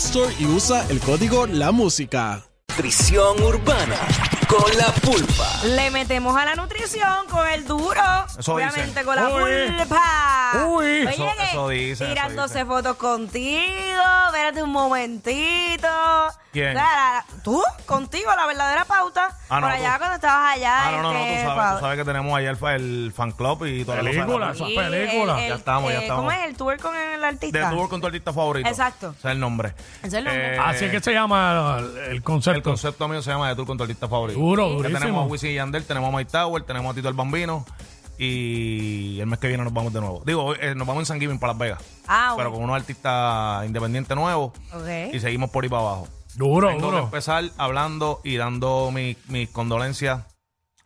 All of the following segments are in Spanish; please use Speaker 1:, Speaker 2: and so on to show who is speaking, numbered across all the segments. Speaker 1: Store y usa el código La Música.
Speaker 2: Nutrición urbana con la pulpa.
Speaker 3: Le metemos a la nutrición con el duro.
Speaker 4: Eso
Speaker 3: obviamente
Speaker 4: dicen.
Speaker 3: con la
Speaker 4: Uy.
Speaker 3: pulpa.
Speaker 4: Uy.
Speaker 3: Oye,
Speaker 4: Eso-
Speaker 3: que
Speaker 4: eso dicen, eso
Speaker 3: Tirándose
Speaker 4: dicen.
Speaker 3: fotos contigo. Espérate un momentito.
Speaker 4: ¿Quién?
Speaker 3: Claro, tú, contigo, la verdadera pauta.
Speaker 4: Ah, no,
Speaker 3: Por allá
Speaker 4: tú.
Speaker 3: cuando estabas allá.
Speaker 4: Ah, no, no, no, tú
Speaker 3: este,
Speaker 4: sabes, tú sabes que tenemos allá el, fa- el fan club y toda la cosa.
Speaker 5: Película.
Speaker 3: Sí,
Speaker 5: Esas películas.
Speaker 3: el- el-
Speaker 4: Ya estamos, ya
Speaker 3: eh,
Speaker 4: estamos.
Speaker 3: ¿Cómo es el tour con el
Speaker 4: De
Speaker 3: artista?
Speaker 4: tu con tu artista favorito.
Speaker 3: Exacto.
Speaker 4: Ese es el nombre.
Speaker 3: Ese es el
Speaker 4: eh,
Speaker 3: nombre.
Speaker 5: Así es que se llama el, el concepto.
Speaker 4: El concepto mío se llama de tour con tu artista favorito.
Speaker 5: Duro,
Speaker 4: Ya
Speaker 5: durísimo.
Speaker 4: tenemos a Wisin y Yandel, tenemos a Mike Tower, tenemos a Tito el Bambino y el mes que viene nos vamos de nuevo. Digo, eh, nos vamos en San Giving para Las Vegas.
Speaker 3: Ah,
Speaker 4: pero
Speaker 3: bueno.
Speaker 4: con unos artistas independientes nuevos
Speaker 3: Ok.
Speaker 4: y seguimos por ahí para abajo.
Speaker 5: Duro,
Speaker 4: Tengo que
Speaker 5: duro.
Speaker 4: empezar hablando y dando mi- mis condolencias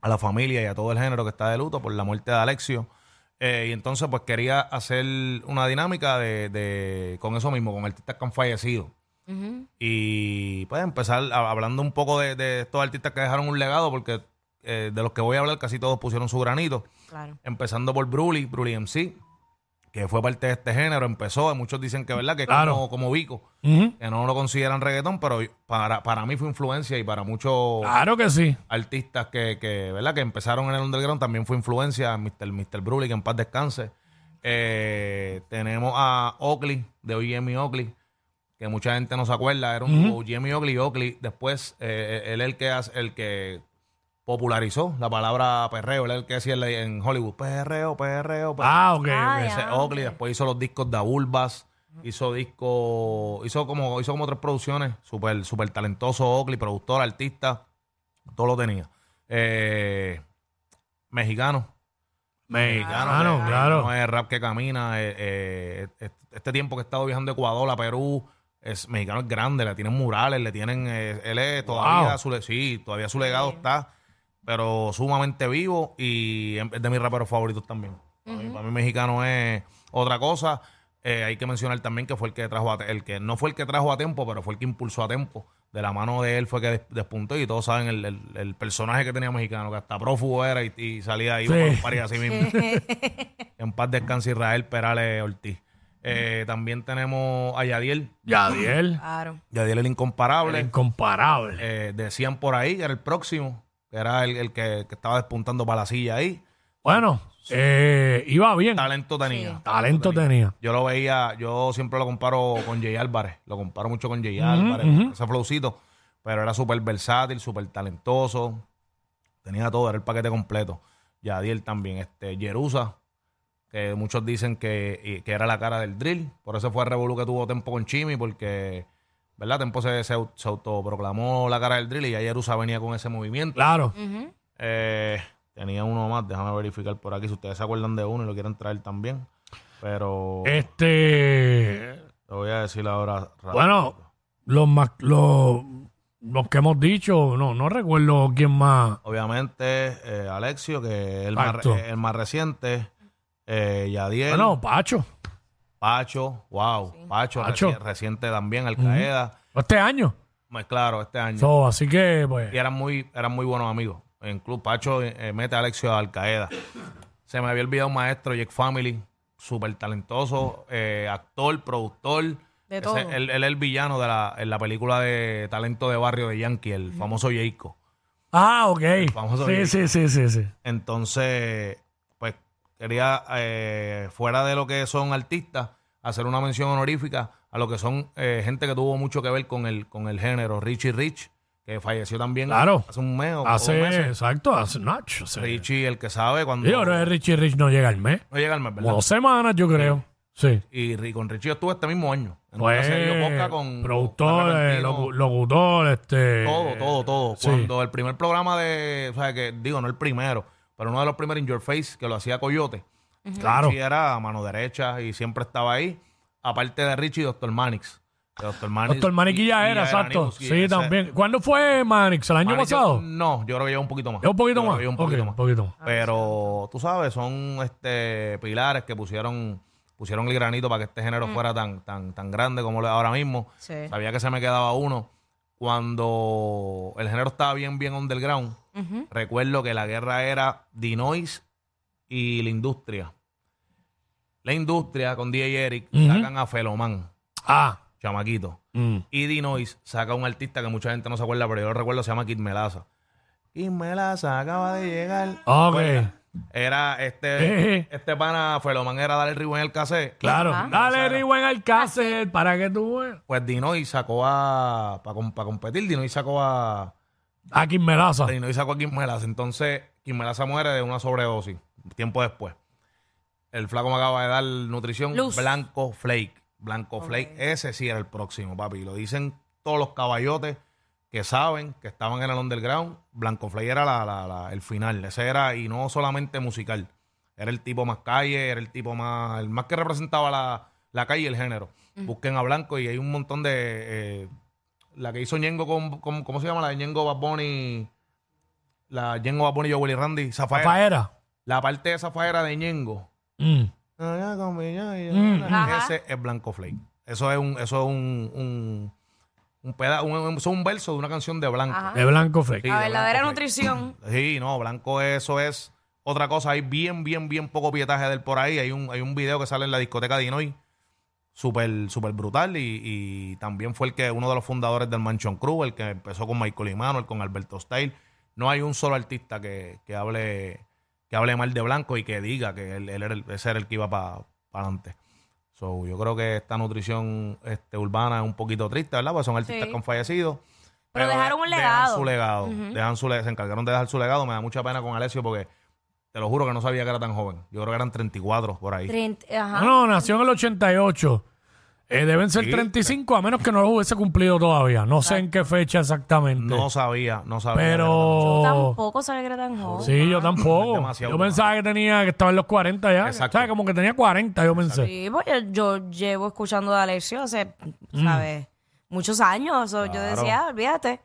Speaker 4: a la familia y a todo el género que está de luto por la muerte de Alexio. Eh, y entonces, pues quería hacer una dinámica de, de- con eso mismo, con artistas que han fallecido.
Speaker 3: Ujú.
Speaker 4: Y pues empezar a- hablando un poco de, de estos artistas que dejaron un legado, porque eh, de los que voy a hablar casi todos pusieron su granito.
Speaker 3: Claro.
Speaker 4: Empezando por Bruli, Bruli MC, que fue parte de este género, empezó, muchos dicen que verdad, que
Speaker 5: Claro.
Speaker 4: como, como Vico,
Speaker 5: Ujú.
Speaker 4: que no lo consideran reggaetón, pero yo- para, para mí fue influencia y para muchos
Speaker 5: Claro que sí.
Speaker 4: artistas que, que, ¿verdad? que empezaron en el underground también fue influencia, Mr. Mr. Bruli, que en paz descanse. Eh, tenemos a Oakley, de OGM Oakley, que mucha gente no se acuerda, era un OGM Oakley, Oakley. Después, eh, él es el que, hace- el que popularizó la palabra perreo, él es el que decía en la- en Hollywood, perreo, perreo, perreo.
Speaker 5: Ah, ok.
Speaker 3: Ah,
Speaker 5: ok.
Speaker 4: Ese
Speaker 3: ya.
Speaker 4: Oakley, después hizo los discos de Bulbas, hizo disco, hizo como, hizo como tres producciones, súper, súper talentoso Oakley, productor, artista, todo lo tenía. Eh, mexicano. Mexicano,
Speaker 5: Claro,
Speaker 4: mexicano,
Speaker 5: claro.
Speaker 4: es rap que camina. eh, eh, es- este tiempo que he estado viajando de Ecuador a Perú, es mexicano es grande, le tienen murales, le tienen, eh, él es todavía
Speaker 5: Wow.
Speaker 4: su le- sí, todavía su legado está, pero sumamente vivo y em, es de mis raperos favoritos también. Para mí- Para mí mexicano es otra cosa. Eh, hay que mencionar también que fue el que trajo a, el que no fue el que trajo a Tempo, pero fue el que impulsó a Tempo. De la mano de él fue que des- despuntó y todos saben el, el- el personaje que tenía mexicano, que hasta prófugo era y, y salía ahí
Speaker 5: Sí.
Speaker 4: para los parties así mismo. en paz descanse Israel Perales Ortiz. Eh, también tenemos a Yadiel.
Speaker 5: Yadiel.
Speaker 3: Claro.
Speaker 4: Yadiel el
Speaker 5: el
Speaker 4: incomparable.
Speaker 5: Incomparable.
Speaker 4: Eh, decían por ahí que era el próximo, que era el, el que, que estaba despuntando para la silla ahí.
Speaker 5: Bueno, eh, iba bien.
Speaker 4: Talento tenía.
Speaker 5: Talento tenía.
Speaker 4: Yo lo veía, yo siempre lo comparo con Jay Álvarez, lo comparo mucho con Jay Álvarez, ese flowcito, pero era súper versátil, súper talentoso, tenía todo, era el paquete completo. Yadiel también, este, Jerusa, que muchos dicen que, y- que era la cara del drill, por eso fue el revolú que tuvo Tempo con Chimi, porque, ¿verdad? Tempo se, se, au- se autoproclamó la cara del drill y ya Jerusa venía con ese movimiento.
Speaker 5: Claro.
Speaker 3: Ujú.
Speaker 4: Eh, tenía uno más, déjame verificar por aquí si ustedes se acuerdan de uno y lo quieren traer también. Pero
Speaker 5: Este.
Speaker 4: te voy a decir ahora. rápido.
Speaker 5: Bueno, los más. Los, los que hemos dicho, no, no recuerdo quién más.
Speaker 4: Obviamente, eh, Alexio, que es el, más,
Speaker 5: Pacho.
Speaker 4: re- el más reciente. Eh, Yadiel.
Speaker 5: Bueno, Pacho.
Speaker 4: Pacho. Wow. Pacho,
Speaker 5: Pacho.
Speaker 4: reci- reciente también. Al Qaeda.
Speaker 5: Este año.
Speaker 4: Más claro, este año.
Speaker 5: So, así que,
Speaker 4: y
Speaker 5: pues.
Speaker 4: eran muy, eran muy buenos amigos. En Club Pacho eh, mete a Alexio a Al Qaeda. Se me había olvidado un maestro, Jack Family, súper talentoso, eh, actor, productor.
Speaker 3: De
Speaker 4: Ese-
Speaker 3: todo.
Speaker 4: Él, él es el villano de la, en la película de Talento de Barrio de Yankee, el famoso Jayco.
Speaker 5: Ah, ok.
Speaker 4: famoso
Speaker 5: Sí,
Speaker 4: Yadiel.
Speaker 5: sí, sí, sí, sí.
Speaker 4: Entonces, pues quería, eh, fuera de lo que son artistas, hacer una mención honorífica a lo que son eh, gente que tuvo mucho que ver con el, con el género. Richie Rich, que falleció también
Speaker 5: Claro.
Speaker 4: hace un mes o dos
Speaker 5: Hace,
Speaker 4: meses.
Speaker 5: exacto, hace Nacho. sí.
Speaker 4: Richie, el que sabe cuando...
Speaker 5: Yo creo que Richie Rich no llega al mes.
Speaker 4: No llega al mes,
Speaker 5: Como
Speaker 4: ¿verdad?
Speaker 5: dos semanas, yo creo. Sí.
Speaker 4: Y ri- con Richie yo estuve este mismo año. En una
Speaker 5: Pues,
Speaker 4: serie de podcast con- con
Speaker 5: productor, eh,
Speaker 4: Argentino.
Speaker 5: locu- locutor, este...
Speaker 4: Todo, todo, todo.
Speaker 5: sí.
Speaker 4: Cuando el primer programa de, o sea, que digo, no el primero, pero uno de los primeros In Your Face, que lo hacía Coyote.
Speaker 5: Claro.
Speaker 4: Richie era mano derecha y siempre estaba ahí. Aparte de Richie, Doctor Manix. Doctor Manix.
Speaker 5: Doctor Maniquilla ya era, exacto.
Speaker 4: Nibuski,
Speaker 5: sí,
Speaker 4: ese-
Speaker 5: también. ¿Cuándo fue Manix? ¿El año
Speaker 4: Manix, yo-
Speaker 5: pasado?
Speaker 4: no, yo creo que lleva un poquito más.
Speaker 5: ¿Es un poquito
Speaker 4: Yo creo
Speaker 5: más?
Speaker 4: que
Speaker 5: Ok,
Speaker 4: lleva
Speaker 5: Un
Speaker 4: un poquito más.
Speaker 5: poquito más.
Speaker 4: Pero tú sabes, son este pilares que pusieron pusieron el granito para que este género fuera tan tan tan grande como lo es ahora mismo.
Speaker 3: Sí.
Speaker 4: Sabía que se me quedaba uno cuando el género estaba bien bien underground. Recuerdo que la guerra era Dinois y la industria. La industria con DJ Eric
Speaker 5: Ujú.
Speaker 4: sacan a Feloman,
Speaker 5: Ah.
Speaker 4: chamaquito.
Speaker 5: mm.
Speaker 4: Y Dinois saca un artista que mucha gente no se acuerda, pero yo lo recuerdo, se llama Kid Melaza. Kid Melaza acaba de llegar.
Speaker 5: Ok.
Speaker 4: Bueno, era este,
Speaker 5: Eh.
Speaker 4: este pana Feloman era darle el ribón en el cassette.
Speaker 5: Claro.
Speaker 3: Ajá.
Speaker 5: Dale, Riwen Alcácer, para que tú veas.
Speaker 4: Pues Dinois sacó a. Para competir, Dinois sacó a.
Speaker 5: Aquí en Melaza.
Speaker 4: Dinois sacó a Kid Melaza. Entonces, Kid Melaza muere de una sobredosis. Tiempo después. El flaco me acaba de dar nutrición.
Speaker 3: Luz.
Speaker 4: Blanco Flake. Blanco Flake. Ese sí era el próximo, papi. Lo dicen todos los caballotes que saben que estaban en el underground. Blanco Flake era la- la- la- el final. Ese era, y no solamente musical. Era el tipo más calle, era el tipo más. El más que representaba la, la calle y el género. Busquen a Blanco y hay un montón de. eh, la que hizo Ñengo con, con- ¿Cómo se llama? La de Ñengo Bad Bunny. La Ñengo Bad Bunny, yo, Willy Randy. Zafaera.
Speaker 5: Rafaela.
Speaker 4: La parte de Zafaera de Ñengo.
Speaker 5: Mm. Mm.
Speaker 3: Ajá.
Speaker 4: Ese es Blanco Flake. Eso es un, eso es un, un, un peda- un- un- eso es un verso de una canción de Blanco.
Speaker 3: Ajá.
Speaker 5: De Blanco Freck.
Speaker 4: Sí,
Speaker 3: La
Speaker 4: de
Speaker 3: verdadera
Speaker 4: Blanco Flake.
Speaker 3: nutrición.
Speaker 4: Sí, no, Blanco, eso es otra cosa. Hay bien, bien, bien poco pietaje de él por ahí. Hay un, hay un video que sale en la discoteca de Inoy. Súper, súper brutal. Y, y también fue el que uno de los fundadores del Manchon Crew, el que empezó con Michael Immanuel, con Alberto Style. No hay un solo artista que, que hable que hable mal de Blanco y que diga que él, él era el- ese era el que iba para adelante. So, yo creo que esta nutrición este, urbana es un poquito triste, ¿verdad? Porque son artistas
Speaker 3: Sí.
Speaker 4: que han fallecido.
Speaker 3: Pero dejaron un
Speaker 4: Dejan
Speaker 3: legado.
Speaker 4: su legado. dejan su le- se encargaron de dejar su legado. Me da mucha pena con Alessio porque te lo juro que no sabía que era tan joven. Yo creo que eran 34 por ahí.
Speaker 3: Treinta-
Speaker 5: Ah, No,
Speaker 3: Ajá.
Speaker 5: no, nació en el 88. Eh, deben ser
Speaker 4: Sí.
Speaker 5: 35, a menos que no lo hubiese cumplido todavía. No sé en qué fecha exactamente.
Speaker 4: No sabía, no sabía.
Speaker 3: Yo
Speaker 5: pero.
Speaker 3: tampoco sabía que era tan joven.
Speaker 5: Sí, yo
Speaker 4: Es
Speaker 5: tampoco.
Speaker 4: demasiado
Speaker 5: Yo pensaba que tenía que estaba en los 40 ya.
Speaker 4: Exacto.
Speaker 5: O sea, como que tenía 40, yo pensé.
Speaker 3: Sí, pues yo, yo llevo escuchando a Alessio hace,
Speaker 5: Mm.
Speaker 3: ¿sabes? Muchos años. so, Yo
Speaker 4: Claro.
Speaker 3: decía, "Ah, olvídate.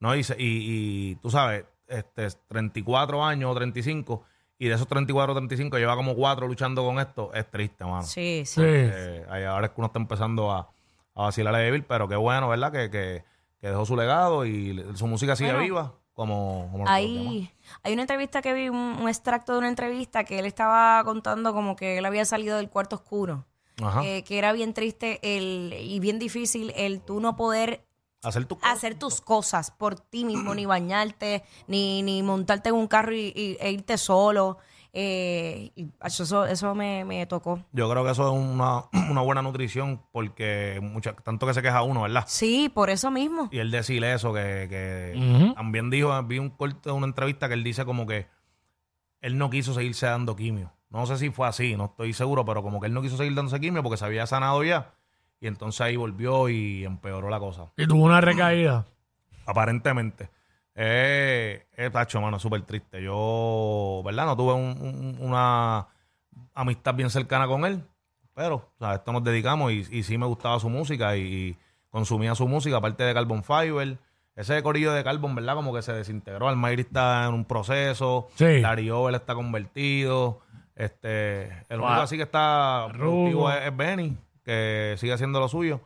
Speaker 4: No, y, se- y- y tú sabes, este, 34 años o 35, y de esos 34 o 35 lleva como 4 luchando con esto, es triste, mano.
Speaker 3: Sí, sí.
Speaker 5: Sí.
Speaker 4: Eh, ahí ahora es que uno está empezando a, a vacilar a Evil, pero qué bueno, ¿verdad? Que, que- que dejó su legado y le- su música sigue
Speaker 3: Bueno.
Speaker 4: viva, como, como los demás.
Speaker 3: Ahí, hay una entrevista que vi, un, un extracto de una entrevista que él estaba contando como que él había salido del cuarto oscuro.
Speaker 4: Ajá.
Speaker 3: eh, que era bien triste el, y bien difícil el tú no poder
Speaker 4: hacer tu
Speaker 3: hacer tus cosas por ti mismo, ni bañarte, ni, ni montarte en un carro y, y- e irte solo. Eh, y eso, eso me, me tocó.
Speaker 4: Yo creo que eso es una, una buena nutrición porque mucha, tanto que se queja uno, ¿verdad?
Speaker 3: Sí, por eso mismo.
Speaker 4: Y él decirle eso, que, que
Speaker 5: Ujú.
Speaker 4: también dijo, vi un corte de una entrevista que él dice como que él no quiso seguirse dando quimio. No sé si fue así, no estoy seguro, pero como que él no quiso seguir dándose quimio porque se había sanado ya. Y entonces ahí volvió y empeoró la cosa.
Speaker 5: Y tuvo una recaída.
Speaker 4: Aparentemente. Eh, eh, tacho, mano, súper triste. Yo, ¿verdad? No tuve un- un- una amistad bien cercana con él, pero o sea, a esto nos dedicamos y, y sí me gustaba su música y, y consumía su música, aparte de Carbon Fiber. Ese corillo de Carbon, ¿verdad? Como que se desintegró. Almairi está en un proceso.
Speaker 5: Sí.
Speaker 4: Larry Over está convertido. Este, el
Speaker 5: Wow.
Speaker 4: único así que está
Speaker 5: Rugo.
Speaker 4: productivo es, es Benny, que sigue haciendo lo suyo.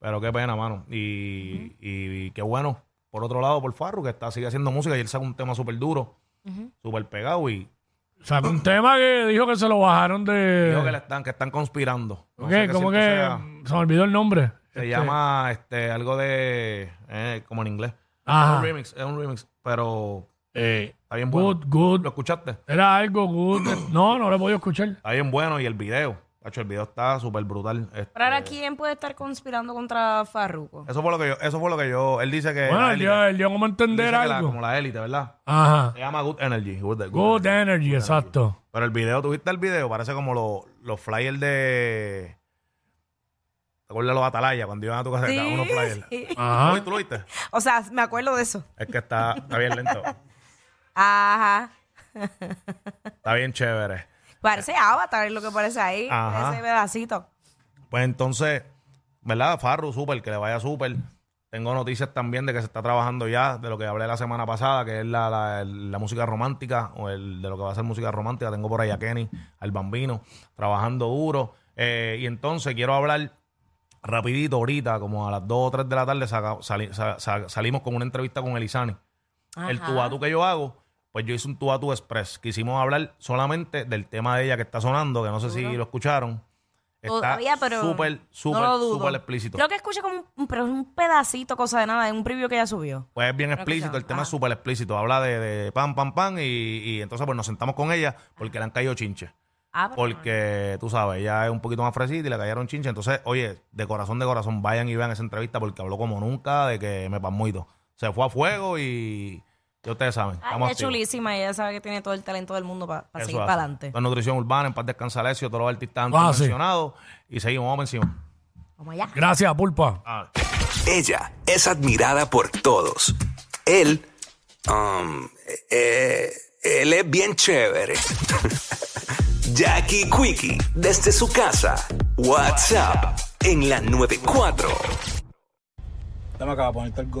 Speaker 4: Pero qué pena, mano. Y, y qué bueno, por otro lado, por Farru, que está, sigue haciendo música y él saca un tema súper duro, súper pegado y
Speaker 5: Sacó un tema que dijo que se lo bajaron de.
Speaker 4: dijo que, le están, que están conspirando. No
Speaker 5: Ok,
Speaker 4: sé qué
Speaker 5: como que.
Speaker 4: cierto sea.
Speaker 5: Se me olvidó el nombre.
Speaker 4: Se
Speaker 5: Este,
Speaker 4: llama este, algo de. eh, como en inglés. Es
Speaker 5: Ajá.
Speaker 4: un remix, es un remix, pero
Speaker 5: Eh,
Speaker 4: está bien bueno.
Speaker 5: good, good.
Speaker 4: ¿Lo escuchaste?
Speaker 5: Era algo good. No, no lo he podido escuchar.
Speaker 4: Está bien bueno y el video. Tacho, el video está súper brutal. Este,
Speaker 3: Pero ahora, ¿quién puede estar conspirando contra Farruko?
Speaker 4: Eso fue lo que yo. Eso fue lo que yo. Él dice que.
Speaker 5: Bueno,
Speaker 4: la
Speaker 5: él
Speaker 4: élite,
Speaker 5: dio, él dio como
Speaker 4: él dice
Speaker 5: entender
Speaker 4: que la-
Speaker 5: algo.
Speaker 4: como la élite, ¿verdad?
Speaker 5: Ajá.
Speaker 4: Se llama Good Energy. Good, Good
Speaker 5: Good
Speaker 4: Energy.
Speaker 5: energy, exacto.
Speaker 4: Pero el video, ¿tuviste el video? Parece como lo- los flyers de. ¿Te acuerdas de los atalayas cuando iban a tu casa?
Speaker 3: Sí,
Speaker 4: Estaban unos flyers.
Speaker 3: sí.
Speaker 5: Ajá.
Speaker 4: ¿Tú lo viste?
Speaker 3: O sea, me acuerdo de eso.
Speaker 4: Es que está, está bien lento.
Speaker 3: Ajá.
Speaker 4: Está bien chévere.
Speaker 3: Parece Avatar lo que parece ahí,
Speaker 4: Ajá.
Speaker 3: ese pedacito.
Speaker 4: Pues entonces, ¿verdad? Farru, súper, que le vaya súper. Tengo noticias también de que se está trabajando ya, de lo que hablé la semana pasada, que es la, la- el- la música romántica, o el, de lo que va a ser música romántica. Tengo por ahí a Kenny, al bambino, trabajando duro. Eh, y entonces quiero hablar rapidito ahorita, como a las 2 o 3 de la tarde, saca- sali- sa- sa- salimos con una entrevista con Elizani. El
Speaker 3: Ajá.
Speaker 4: tú a tú que yo hago, pues yo hice un tú a tú express. Quisimos hablar solamente del tema de ella que está sonando, que no sé si lo escucharon. Está
Speaker 3: Todavía, pero
Speaker 4: súper, súper,
Speaker 3: no lo dudo.
Speaker 4: súper explícito.
Speaker 3: Creo que escuché como un- un, pero es un pedacito, cosa de nada, es un preview que ella subió.
Speaker 4: Pues es bien
Speaker 3: Creo que
Speaker 4: explícito,
Speaker 3: ya.
Speaker 4: el tema es
Speaker 3: Ah.
Speaker 4: súper explícito. Habla de, de pan, pan, pan y, y entonces pues nos sentamos con ella porque le han caído chinches.
Speaker 3: Ah, pero-
Speaker 4: Porque tú sabes, ella es un poquito más fresita y le cayeron chinches. Entonces, oye, de corazón, de corazón, vayan y vean esa entrevista porque habló como nunca de que me pan muito. Se fue a fuego y ya ustedes saben.
Speaker 3: Ay,
Speaker 4: estamos
Speaker 3: es
Speaker 4: activos.
Speaker 3: chulísima y ella sabe que tiene todo el talento del mundo para
Speaker 4: Eso
Speaker 3: seguir
Speaker 4: hace.
Speaker 3: para adelante.
Speaker 4: La nutrición urbana, en paz descansa Alessio, todos los artistas
Speaker 5: Ah,
Speaker 4: han
Speaker 5: sí.
Speaker 4: mencionados. Y seguimos, vamos por encima.
Speaker 3: Vamos allá.
Speaker 5: Gracias, Pulpa.
Speaker 4: Ah,
Speaker 2: Ella es admirada por todos. Él, um, eh, él es bien chévere. Jackie Quickie, desde su casa. WhatsApp en la 94.
Speaker 6: Dame acá para ponerte el